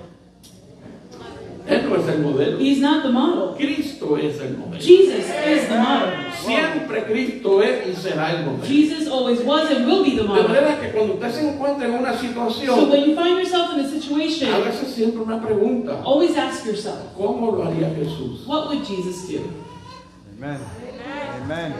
[SPEAKER 1] Él no es el modelo.
[SPEAKER 2] He's not the model.
[SPEAKER 1] Cristo es el modelo.
[SPEAKER 2] Jesus is the model.
[SPEAKER 1] Siempre Cristo es y será el modelo.
[SPEAKER 2] Jesus always was and will be the
[SPEAKER 1] De
[SPEAKER 2] model.
[SPEAKER 1] manera que cuando usted se encuentra en una
[SPEAKER 2] So
[SPEAKER 1] situación,
[SPEAKER 2] when you find yourself in a
[SPEAKER 1] a
[SPEAKER 2] situation,
[SPEAKER 1] veces siempre una pregunta,
[SPEAKER 2] always ask yourself,
[SPEAKER 1] ¿cómo lo haría Jesús?
[SPEAKER 2] what would Jesus do?
[SPEAKER 3] Amen. Amen.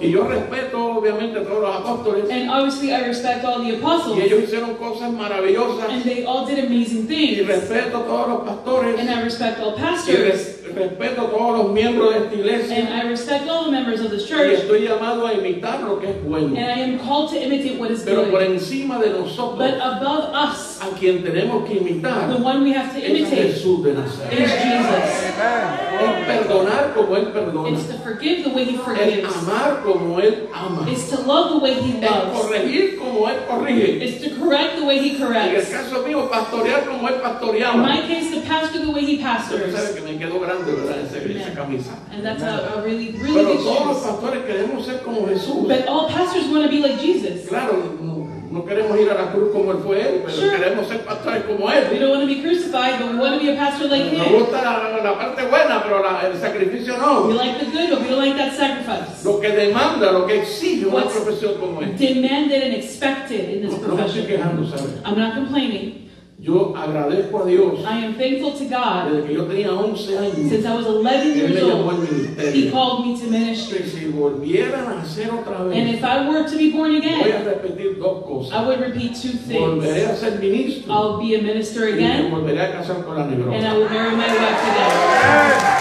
[SPEAKER 1] Y yo respeto obviamente a todos los apóstoles
[SPEAKER 2] And obviously, I respect all the
[SPEAKER 1] y
[SPEAKER 2] apostles,
[SPEAKER 1] ellos hicieron cosas
[SPEAKER 2] and
[SPEAKER 1] maravillosas
[SPEAKER 2] they all did amazing
[SPEAKER 1] y
[SPEAKER 2] things.
[SPEAKER 1] respeto a todos los
[SPEAKER 2] And
[SPEAKER 1] pastores
[SPEAKER 2] I respect all
[SPEAKER 1] y
[SPEAKER 2] pastors,
[SPEAKER 1] res- respeto a todos los miembros de esta iglesia
[SPEAKER 2] and I respect all the members of this
[SPEAKER 1] y
[SPEAKER 2] church.
[SPEAKER 1] estoy llamado a imitar lo que es bueno.
[SPEAKER 2] And I am called to imitate what is
[SPEAKER 1] Pero por
[SPEAKER 2] good.
[SPEAKER 1] encima de
[SPEAKER 2] But
[SPEAKER 1] nosotros,
[SPEAKER 2] above us,
[SPEAKER 1] a quien tenemos que imitar
[SPEAKER 2] the one we have to
[SPEAKER 1] es a
[SPEAKER 2] imitate
[SPEAKER 1] Jesús de Nazaret.
[SPEAKER 2] is Jesus.
[SPEAKER 3] Amen.
[SPEAKER 1] Es perdonar como Él perdona.
[SPEAKER 2] It's to forgive the way he
[SPEAKER 1] Es
[SPEAKER 2] forgives.
[SPEAKER 1] amar como Él ama.
[SPEAKER 2] It's to love the way he
[SPEAKER 1] Es
[SPEAKER 2] loves.
[SPEAKER 1] corregir como Él corrige.
[SPEAKER 2] It's to correct the way he
[SPEAKER 1] En el
[SPEAKER 2] corrects.
[SPEAKER 1] caso mío, pastorear como Él
[SPEAKER 2] In my
[SPEAKER 1] pastoreaba.
[SPEAKER 2] case, to pastor the way he
[SPEAKER 1] Usted sabe
[SPEAKER 2] pastors.
[SPEAKER 1] que me quedó grande, ¿verdad? Ese- Esa camisa.
[SPEAKER 2] And that's a, a really, really
[SPEAKER 1] Pero
[SPEAKER 2] big
[SPEAKER 1] todos los
[SPEAKER 2] shoes.
[SPEAKER 1] pastores queremos ser como Jesús.
[SPEAKER 2] But all pastors want to be like Jesus.
[SPEAKER 1] Claro, no, no queremos ir a la cruz como Él fue Él, pero
[SPEAKER 2] Sure.
[SPEAKER 1] queremos ser pastores como
[SPEAKER 2] We
[SPEAKER 1] Él.
[SPEAKER 2] don't want to be crucified, but we want to be a pastor like
[SPEAKER 1] Nos
[SPEAKER 2] him.
[SPEAKER 1] gusta la, la parte buena, pero la- el sacrificio
[SPEAKER 2] We
[SPEAKER 1] no.
[SPEAKER 2] like the good, but we don't like that sacrifice.
[SPEAKER 1] Lo que demanda, lo que exige una
[SPEAKER 2] What's-
[SPEAKER 1] profesión como esta.
[SPEAKER 2] Demanded and expected in this
[SPEAKER 1] No me estoy
[SPEAKER 2] profession.
[SPEAKER 1] quejando, ¿sabes?
[SPEAKER 2] I'm not complaining.
[SPEAKER 1] Yo agradezco a Dios
[SPEAKER 2] I am thankful to God.
[SPEAKER 1] desde que yo tenía 11 años,
[SPEAKER 2] Since I was 11
[SPEAKER 1] Él me
[SPEAKER 2] years
[SPEAKER 1] llamó al
[SPEAKER 2] old, He
[SPEAKER 1] ministerio.
[SPEAKER 2] called me to
[SPEAKER 1] Si
[SPEAKER 2] ministry.
[SPEAKER 1] se volvieran a hacer otra
[SPEAKER 2] And
[SPEAKER 1] vez,
[SPEAKER 2] if I were to be
[SPEAKER 1] voy a
[SPEAKER 2] born again,
[SPEAKER 1] repetir dos cosas.
[SPEAKER 2] I would repeat two
[SPEAKER 1] Volveré
[SPEAKER 2] things.
[SPEAKER 1] a ser ministro
[SPEAKER 2] I'll be a minister
[SPEAKER 1] y me
[SPEAKER 2] again,
[SPEAKER 1] volveré a casar con la
[SPEAKER 2] and I
[SPEAKER 1] negrona.
[SPEAKER 2] will marry my wife again.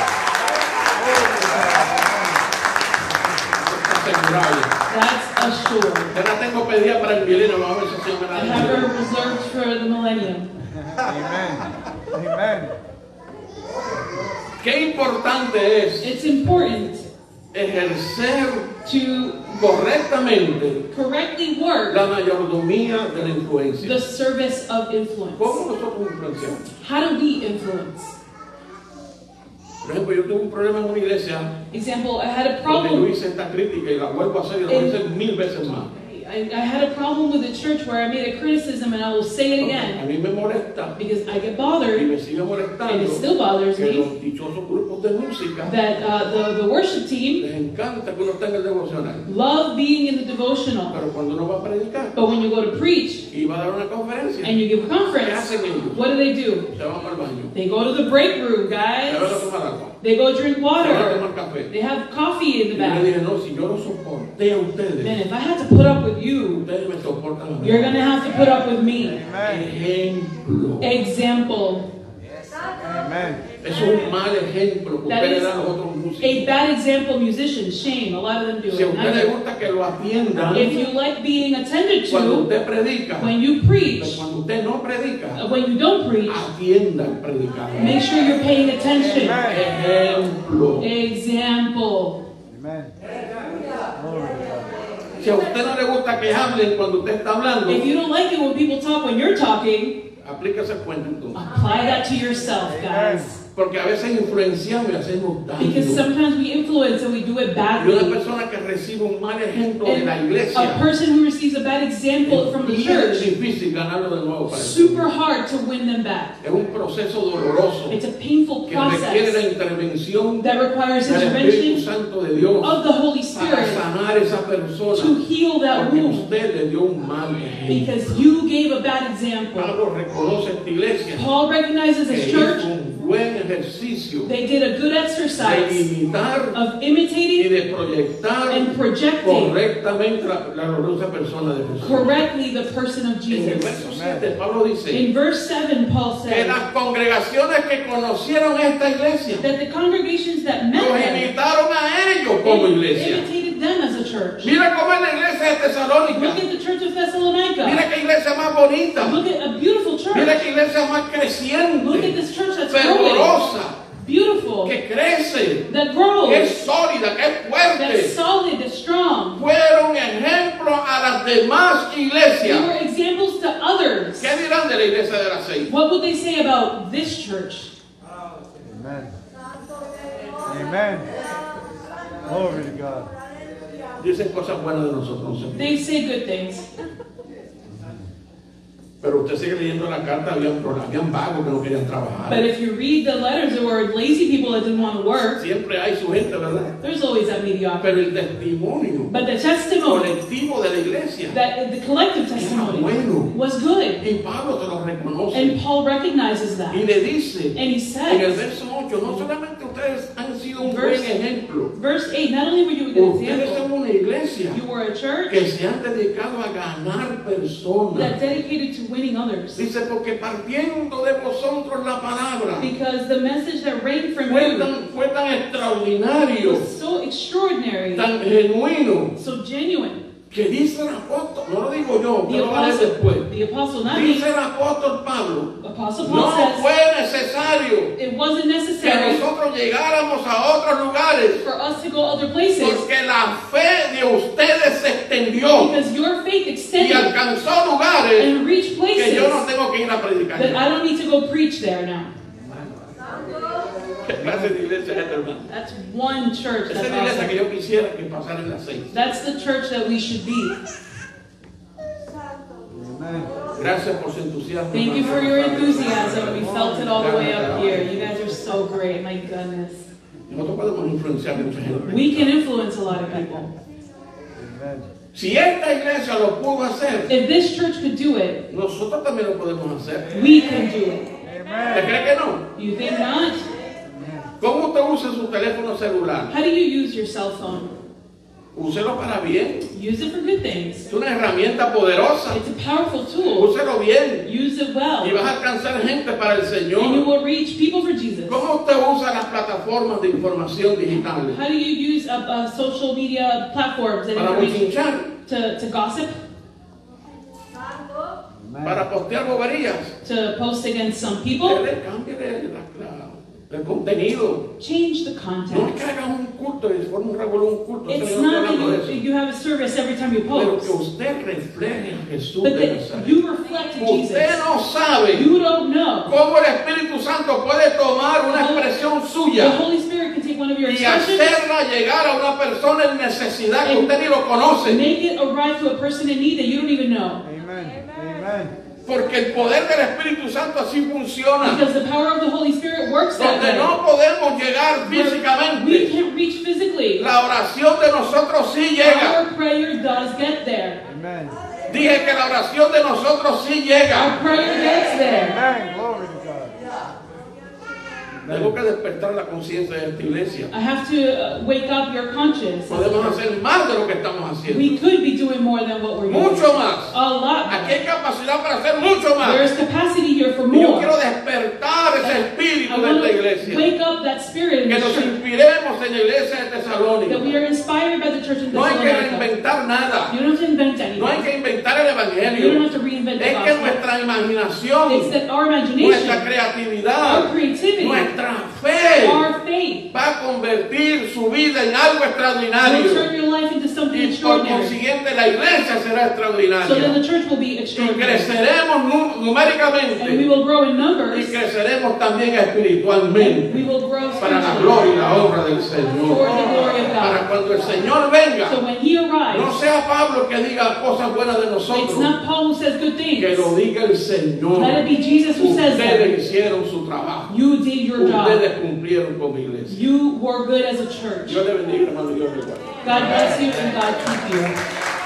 [SPEAKER 1] Asegurable.
[SPEAKER 2] That's assured.
[SPEAKER 1] Ya la tengo pedida para el milenio, vamos a ver si así me
[SPEAKER 2] I
[SPEAKER 1] la
[SPEAKER 2] have
[SPEAKER 1] dice.
[SPEAKER 2] her reserved for the millennium.
[SPEAKER 3] Amen. Amen.
[SPEAKER 1] Qué importante es
[SPEAKER 2] It's important
[SPEAKER 1] ejercer
[SPEAKER 2] to
[SPEAKER 1] correctamente
[SPEAKER 2] correctly work
[SPEAKER 1] la mayordomía de la influencia.
[SPEAKER 2] the service of influence.
[SPEAKER 1] ¿Cómo nosotros influenciamos?
[SPEAKER 2] How do we influence?
[SPEAKER 1] Por ejemplo, yo tuve un problema en una iglesia
[SPEAKER 2] Example, I had a
[SPEAKER 1] donde yo
[SPEAKER 2] problem.
[SPEAKER 1] hice esta crítica y la vuelvo a hacer y la voy a hacer mil veces más.
[SPEAKER 2] I, I had a problem with a church where I made a criticism, and I will say it
[SPEAKER 1] A
[SPEAKER 2] again
[SPEAKER 1] mí me molesta
[SPEAKER 2] because I get
[SPEAKER 1] y
[SPEAKER 2] bothered,
[SPEAKER 1] me sigue
[SPEAKER 2] and it
[SPEAKER 1] molestando
[SPEAKER 2] still bothers
[SPEAKER 1] que
[SPEAKER 2] me.
[SPEAKER 1] los dichosos grupos de música
[SPEAKER 2] that uh, the, the worship team
[SPEAKER 1] les encanta que uno tenga el devocional.
[SPEAKER 2] love being in the devotional,
[SPEAKER 1] Pero cuando uno va a predicar
[SPEAKER 2] but when you go to preach
[SPEAKER 1] y va a dar una conferencia,
[SPEAKER 2] and you give a
[SPEAKER 1] ¿qué
[SPEAKER 2] conference,
[SPEAKER 1] hacen ellos?
[SPEAKER 2] what do they do?
[SPEAKER 1] Se van para el baño,
[SPEAKER 2] They go to the break room,
[SPEAKER 1] se van a
[SPEAKER 2] guys.
[SPEAKER 1] tomar agua,
[SPEAKER 2] They go drink
[SPEAKER 1] se van a
[SPEAKER 2] water.
[SPEAKER 1] tomar café.
[SPEAKER 2] They have coffee in
[SPEAKER 1] Y
[SPEAKER 2] the
[SPEAKER 1] yo le
[SPEAKER 2] back.
[SPEAKER 1] dije, no, si yo lo soporté a ustedes,
[SPEAKER 2] Man, if I had to put up with you,
[SPEAKER 1] ustedes me soportan a mí.
[SPEAKER 2] you're gonna have to put up with me.
[SPEAKER 3] Amen.
[SPEAKER 1] Ejemplo.
[SPEAKER 2] Example.
[SPEAKER 3] Amen.
[SPEAKER 1] Eso es un mal ejemplo que
[SPEAKER 2] That
[SPEAKER 1] usted le
[SPEAKER 2] is
[SPEAKER 1] da a los otros
[SPEAKER 2] A
[SPEAKER 1] músicos.
[SPEAKER 2] bad example, musician, shame. A lot of them do
[SPEAKER 1] Si a
[SPEAKER 2] it.
[SPEAKER 1] usted le
[SPEAKER 2] I-
[SPEAKER 1] gusta que lo atiendan
[SPEAKER 2] If you like being attended
[SPEAKER 1] cuando
[SPEAKER 2] to
[SPEAKER 1] usted predica,
[SPEAKER 2] when you
[SPEAKER 1] pero
[SPEAKER 2] preach,
[SPEAKER 1] cuando usted no predica,
[SPEAKER 2] uh, when you don't preach,
[SPEAKER 1] atienda al predicador.
[SPEAKER 2] make Eh. sure you're paying attention.
[SPEAKER 3] Amen.
[SPEAKER 1] Ejemplo.
[SPEAKER 2] Example.
[SPEAKER 3] Amen.
[SPEAKER 1] Si a usted no le gusta que hablen cuando usted está hablando,
[SPEAKER 2] If you don't like it when people talk when you're talking,
[SPEAKER 1] aplíquese el cuento entonces.
[SPEAKER 2] apply that to yourself, guys.
[SPEAKER 1] Porque a veces influenciamos y hacemos
[SPEAKER 2] Because
[SPEAKER 1] daño.
[SPEAKER 2] sometimes we influence and we do it
[SPEAKER 1] Y una
[SPEAKER 2] badly.
[SPEAKER 1] persona que recibe un mal ejemplo de
[SPEAKER 2] And
[SPEAKER 1] la
[SPEAKER 2] a
[SPEAKER 1] iglesia,
[SPEAKER 2] person who receives a bad example from the
[SPEAKER 1] es
[SPEAKER 2] church,
[SPEAKER 1] difícil ganarlo de nuevo para él.
[SPEAKER 2] super hard to win them back.
[SPEAKER 1] Es un proceso doloroso.
[SPEAKER 2] It's a painful
[SPEAKER 1] que requiere la
[SPEAKER 2] process
[SPEAKER 1] intervención
[SPEAKER 2] that requires
[SPEAKER 1] del Espíritu
[SPEAKER 2] intervention
[SPEAKER 1] Santo de Dios
[SPEAKER 2] of the Holy
[SPEAKER 1] para
[SPEAKER 2] Spirit
[SPEAKER 1] sanar esa
[SPEAKER 2] to
[SPEAKER 1] persona
[SPEAKER 2] heal that
[SPEAKER 1] porque
[SPEAKER 2] wound
[SPEAKER 1] usted le dio un mal ejemplo.
[SPEAKER 2] because you gave a bad example.
[SPEAKER 1] Pablo reconoce esta iglesia
[SPEAKER 2] Paul recognizes
[SPEAKER 1] que
[SPEAKER 2] his
[SPEAKER 1] hizo
[SPEAKER 2] church,
[SPEAKER 1] un buen ejercicio
[SPEAKER 2] they did a good
[SPEAKER 1] de
[SPEAKER 2] exercise
[SPEAKER 1] imitar
[SPEAKER 2] of
[SPEAKER 1] y
[SPEAKER 2] imitating
[SPEAKER 1] de proyectar
[SPEAKER 2] and projecting
[SPEAKER 1] correctamente la, la gloriosa persona de Jesús.
[SPEAKER 2] correctly the person of
[SPEAKER 1] En el
[SPEAKER 2] Jesus.
[SPEAKER 1] verso 7 Pablo dice
[SPEAKER 2] In verse 7, Paul
[SPEAKER 1] que
[SPEAKER 2] says
[SPEAKER 1] las congregaciones que conocieron esta iglesia
[SPEAKER 2] that the congregations that met
[SPEAKER 1] los
[SPEAKER 2] them
[SPEAKER 1] imitaron a ellos como iglesia.
[SPEAKER 2] imitated them as a church.
[SPEAKER 1] Mira cómo es la iglesia de Tesalónica.
[SPEAKER 2] Look at the church of Thessalonica.
[SPEAKER 1] Mira qué iglesia más bonita.
[SPEAKER 2] Look at a beautiful
[SPEAKER 1] Mira
[SPEAKER 2] church.
[SPEAKER 1] qué iglesia más
[SPEAKER 2] Look at
[SPEAKER 1] creciente,
[SPEAKER 2] this church that's growing,
[SPEAKER 1] fervorosa,
[SPEAKER 2] beautiful,
[SPEAKER 1] que crece,
[SPEAKER 2] that
[SPEAKER 1] que
[SPEAKER 2] grows,
[SPEAKER 1] es sólida, que es
[SPEAKER 2] that's
[SPEAKER 1] fuerte.
[SPEAKER 2] solid, that's strong.
[SPEAKER 1] Fueron ejemplo a las demás
[SPEAKER 2] They
[SPEAKER 1] iglesias.
[SPEAKER 2] were examples to others.
[SPEAKER 1] ¿Qué dirán de la iglesia de las seis?
[SPEAKER 2] What would they say about this church?
[SPEAKER 3] Amen. Amen. Glory to God.
[SPEAKER 1] Dicen cosas buenas de nosotros. señor.
[SPEAKER 2] They say good things.
[SPEAKER 1] Pero usted sigue leyendo la carta, habían, habían vagos que no querían
[SPEAKER 2] But
[SPEAKER 1] trabajar.
[SPEAKER 2] if you read the letters, there were lazy people that didn't want to work.
[SPEAKER 1] Siempre hay su gente, ¿verdad?
[SPEAKER 2] There's always that
[SPEAKER 1] Pero
[SPEAKER 2] mediocrity.
[SPEAKER 1] el testimonio
[SPEAKER 2] But the testimony,
[SPEAKER 1] colectivo de la iglesia.
[SPEAKER 2] that the collective testimony
[SPEAKER 1] bueno.
[SPEAKER 2] was good.
[SPEAKER 1] Y Pablo te lo reconoce.
[SPEAKER 2] And Paul recognizes that.
[SPEAKER 1] Y le dice,
[SPEAKER 2] And he
[SPEAKER 1] En el
[SPEAKER 2] says,
[SPEAKER 1] verso 8, no solamente ustedes han sido un buen
[SPEAKER 2] Verse-
[SPEAKER 1] ejemplo,
[SPEAKER 2] verse 8, not only were you a good
[SPEAKER 1] ustedes
[SPEAKER 2] example,
[SPEAKER 1] son una iglesia
[SPEAKER 2] you were a church
[SPEAKER 1] que se han dedicado a ganar
[SPEAKER 2] that
[SPEAKER 1] personas.
[SPEAKER 2] dedicated to winning others.
[SPEAKER 1] Dice, porque partiendo de vosotros la palabra
[SPEAKER 2] Because the message that rang from
[SPEAKER 1] fue
[SPEAKER 2] you
[SPEAKER 1] tan, fue tan extraordinario,
[SPEAKER 2] was so extraordinary,
[SPEAKER 1] tan genuino,
[SPEAKER 2] so genuine.
[SPEAKER 1] que dice el apóstol, no lo digo yo,
[SPEAKER 2] The
[SPEAKER 1] pero lo va a leer
[SPEAKER 2] apostle,
[SPEAKER 1] después.
[SPEAKER 2] the apostle, not me,
[SPEAKER 1] Dice el apóstol Pablo,
[SPEAKER 2] apostle Paul
[SPEAKER 1] no
[SPEAKER 2] says,
[SPEAKER 1] fue necesario
[SPEAKER 2] it wasn't
[SPEAKER 1] que
[SPEAKER 2] necessary
[SPEAKER 1] nosotros llegáramos a otros lugares
[SPEAKER 2] for us to go other places
[SPEAKER 1] Porque la fe de ustedes se extendió
[SPEAKER 2] because your faith
[SPEAKER 1] y
[SPEAKER 2] extended
[SPEAKER 1] alcanzó lugares
[SPEAKER 2] and reached
[SPEAKER 1] que yo no
[SPEAKER 2] places
[SPEAKER 1] tengo que ir a predicar.
[SPEAKER 2] that I don't need to go preach there now.
[SPEAKER 1] ¿Qué clase de iglesia es esta, hermano?
[SPEAKER 2] That's one church.
[SPEAKER 1] Esa es
[SPEAKER 2] That's,
[SPEAKER 1] la iglesia que
[SPEAKER 2] awesome.
[SPEAKER 1] yo quisiera que pasara en las seis.
[SPEAKER 2] that's the church that we should be.
[SPEAKER 3] Amen.
[SPEAKER 1] Gracias por su entusiasmo.
[SPEAKER 2] Thank you for your
[SPEAKER 1] hermano.
[SPEAKER 2] enthusiasm. We felt it all the way up here. You guys are so great. My goodness.
[SPEAKER 1] Nosotros podemos influenciar a mucha gente.
[SPEAKER 2] We can influence a lot of people.
[SPEAKER 3] Amen.
[SPEAKER 1] Si esta iglesia lo pudo hacer,
[SPEAKER 2] If this church could do it,
[SPEAKER 1] nosotros también lo podemos hacer.
[SPEAKER 2] we can do it.
[SPEAKER 1] ¿Usted
[SPEAKER 3] Amen.
[SPEAKER 1] cree que no?
[SPEAKER 2] You think not?
[SPEAKER 1] ¿Cómo usted usa su teléfono celular?
[SPEAKER 2] How do you use your cell phone?
[SPEAKER 1] Úselo para bien.
[SPEAKER 2] Use it for good things.
[SPEAKER 1] Es una herramienta poderosa.
[SPEAKER 2] It's a powerful tool.
[SPEAKER 1] Úselo bien.
[SPEAKER 2] Use it
[SPEAKER 1] Y
[SPEAKER 2] well,
[SPEAKER 1] vas a alcanzar gente para el
[SPEAKER 2] and you
[SPEAKER 1] Señor.
[SPEAKER 2] will reach people for Jesus.
[SPEAKER 1] ¿Cómo usted usa las plataformas de información digitales?
[SPEAKER 2] How do you use uh, uh, social media platforms and
[SPEAKER 1] Para
[SPEAKER 2] information
[SPEAKER 1] bochinchar,
[SPEAKER 2] to, to gossip,
[SPEAKER 1] para postear boberías.
[SPEAKER 2] to post against some people?
[SPEAKER 1] Ustedes cámbienle la- la- el contenido.
[SPEAKER 2] Change the
[SPEAKER 1] No es que
[SPEAKER 2] context.
[SPEAKER 1] hagas un culto y forme un revolú, un culto.
[SPEAKER 2] It's
[SPEAKER 1] Ustedes no están
[SPEAKER 2] not that
[SPEAKER 1] hablando de
[SPEAKER 2] you,
[SPEAKER 1] eso.
[SPEAKER 2] you have a service every time you
[SPEAKER 1] Pero que
[SPEAKER 2] post,
[SPEAKER 1] usted refleje a Jesús
[SPEAKER 2] but
[SPEAKER 1] de
[SPEAKER 2] that
[SPEAKER 1] Nazaret.
[SPEAKER 2] you reflect
[SPEAKER 1] Usted
[SPEAKER 2] Jesus.
[SPEAKER 1] no sabe
[SPEAKER 2] You don't know.
[SPEAKER 1] cómo el Espíritu Santo puede tomar una expresión
[SPEAKER 2] The
[SPEAKER 1] suya
[SPEAKER 2] Holy Spirit can take one of your
[SPEAKER 1] y
[SPEAKER 2] expressions
[SPEAKER 1] hacerla llegar a una persona en necesidad que usted ni lo
[SPEAKER 2] and
[SPEAKER 1] conoce.
[SPEAKER 2] make it arrive to a person in need that you don't even know.
[SPEAKER 3] Amen. Amen.
[SPEAKER 1] Porque el poder del Espíritu Santo así funciona.
[SPEAKER 2] Because the power of the Holy Spirit works that
[SPEAKER 1] Donde
[SPEAKER 2] way.
[SPEAKER 1] no podemos llegar
[SPEAKER 2] We
[SPEAKER 1] físicamente,
[SPEAKER 2] can't reach physically.
[SPEAKER 1] la oración de nosotros sí llega.
[SPEAKER 2] Our prayer does get there.
[SPEAKER 3] Amen.
[SPEAKER 1] Dije que la oración de nosotros sí
[SPEAKER 2] Our
[SPEAKER 1] llega.
[SPEAKER 2] prayer gets there.
[SPEAKER 3] Amen. Glory to God.
[SPEAKER 1] Tengo que despertar la conciencia de esta iglesia.
[SPEAKER 2] I have to uh, wake up your conscience.
[SPEAKER 1] Podemos hacer más de lo que estamos haciendo.
[SPEAKER 2] We could be doing more than what we're doing.
[SPEAKER 1] Mucho más.
[SPEAKER 2] A lot.
[SPEAKER 1] Aquí hay capacidad para hacer mucho
[SPEAKER 2] There
[SPEAKER 1] más.
[SPEAKER 2] is capacity here for
[SPEAKER 1] Y yo
[SPEAKER 2] more.
[SPEAKER 1] quiero despertar ese
[SPEAKER 2] I
[SPEAKER 1] espíritu de
[SPEAKER 2] want
[SPEAKER 1] esta
[SPEAKER 2] to
[SPEAKER 1] iglesia.
[SPEAKER 2] wake up that spirit in
[SPEAKER 1] Que
[SPEAKER 2] the
[SPEAKER 1] nos
[SPEAKER 2] church.
[SPEAKER 1] inspiremos en la iglesia de
[SPEAKER 2] That we
[SPEAKER 1] Tesalónica.
[SPEAKER 2] are inspired by the church in
[SPEAKER 1] No hay que
[SPEAKER 2] Thessalonica.
[SPEAKER 1] reinventar nada.
[SPEAKER 2] You don't have to invent
[SPEAKER 1] No hay
[SPEAKER 2] anything.
[SPEAKER 1] que inventar el
[SPEAKER 2] You don't
[SPEAKER 1] evangelio.
[SPEAKER 2] have to reinvent the
[SPEAKER 1] Es que
[SPEAKER 2] gospel.
[SPEAKER 1] nuestra imaginación,
[SPEAKER 2] It's that our
[SPEAKER 1] nuestra
[SPEAKER 2] imagination, our
[SPEAKER 1] creatividad,
[SPEAKER 2] creativity,
[SPEAKER 1] nuestra fe
[SPEAKER 2] our faith
[SPEAKER 1] va a convertir su vida en algo
[SPEAKER 2] will
[SPEAKER 1] extraordinario.
[SPEAKER 2] turn your life into something
[SPEAKER 1] Y por
[SPEAKER 2] extraordinary.
[SPEAKER 1] consiguiente la iglesia será
[SPEAKER 2] So then
[SPEAKER 1] extraordinaria.
[SPEAKER 2] the church will be
[SPEAKER 1] Y
[SPEAKER 2] extraordinary.
[SPEAKER 1] creceremos nu-
[SPEAKER 2] And we
[SPEAKER 1] numéricamente
[SPEAKER 2] will grow in
[SPEAKER 1] y
[SPEAKER 2] numbers.
[SPEAKER 1] creceremos también espiritualmente.
[SPEAKER 2] We will grow
[SPEAKER 1] para la gloria y la obra del
[SPEAKER 2] for
[SPEAKER 1] Señor.
[SPEAKER 2] the glory of
[SPEAKER 1] Para
[SPEAKER 2] God.
[SPEAKER 1] cuando el Señor venga,
[SPEAKER 2] So when he
[SPEAKER 1] no
[SPEAKER 2] arrives,
[SPEAKER 1] sea Pablo que diga cosas buenas de
[SPEAKER 2] it's
[SPEAKER 1] nosotros,
[SPEAKER 2] not Paul who says good
[SPEAKER 1] que lo
[SPEAKER 2] things.
[SPEAKER 1] diga el Señor.
[SPEAKER 2] Let it be Jesus who says that.
[SPEAKER 1] Ustedes hicieron su trabajo,
[SPEAKER 2] You did your job.
[SPEAKER 1] ustedes cumplieron con mi iglesia.
[SPEAKER 2] You were good as a church.
[SPEAKER 1] Dios le bendiga, hermano, Dios le guarde.
[SPEAKER 2] God bless you and God keep you.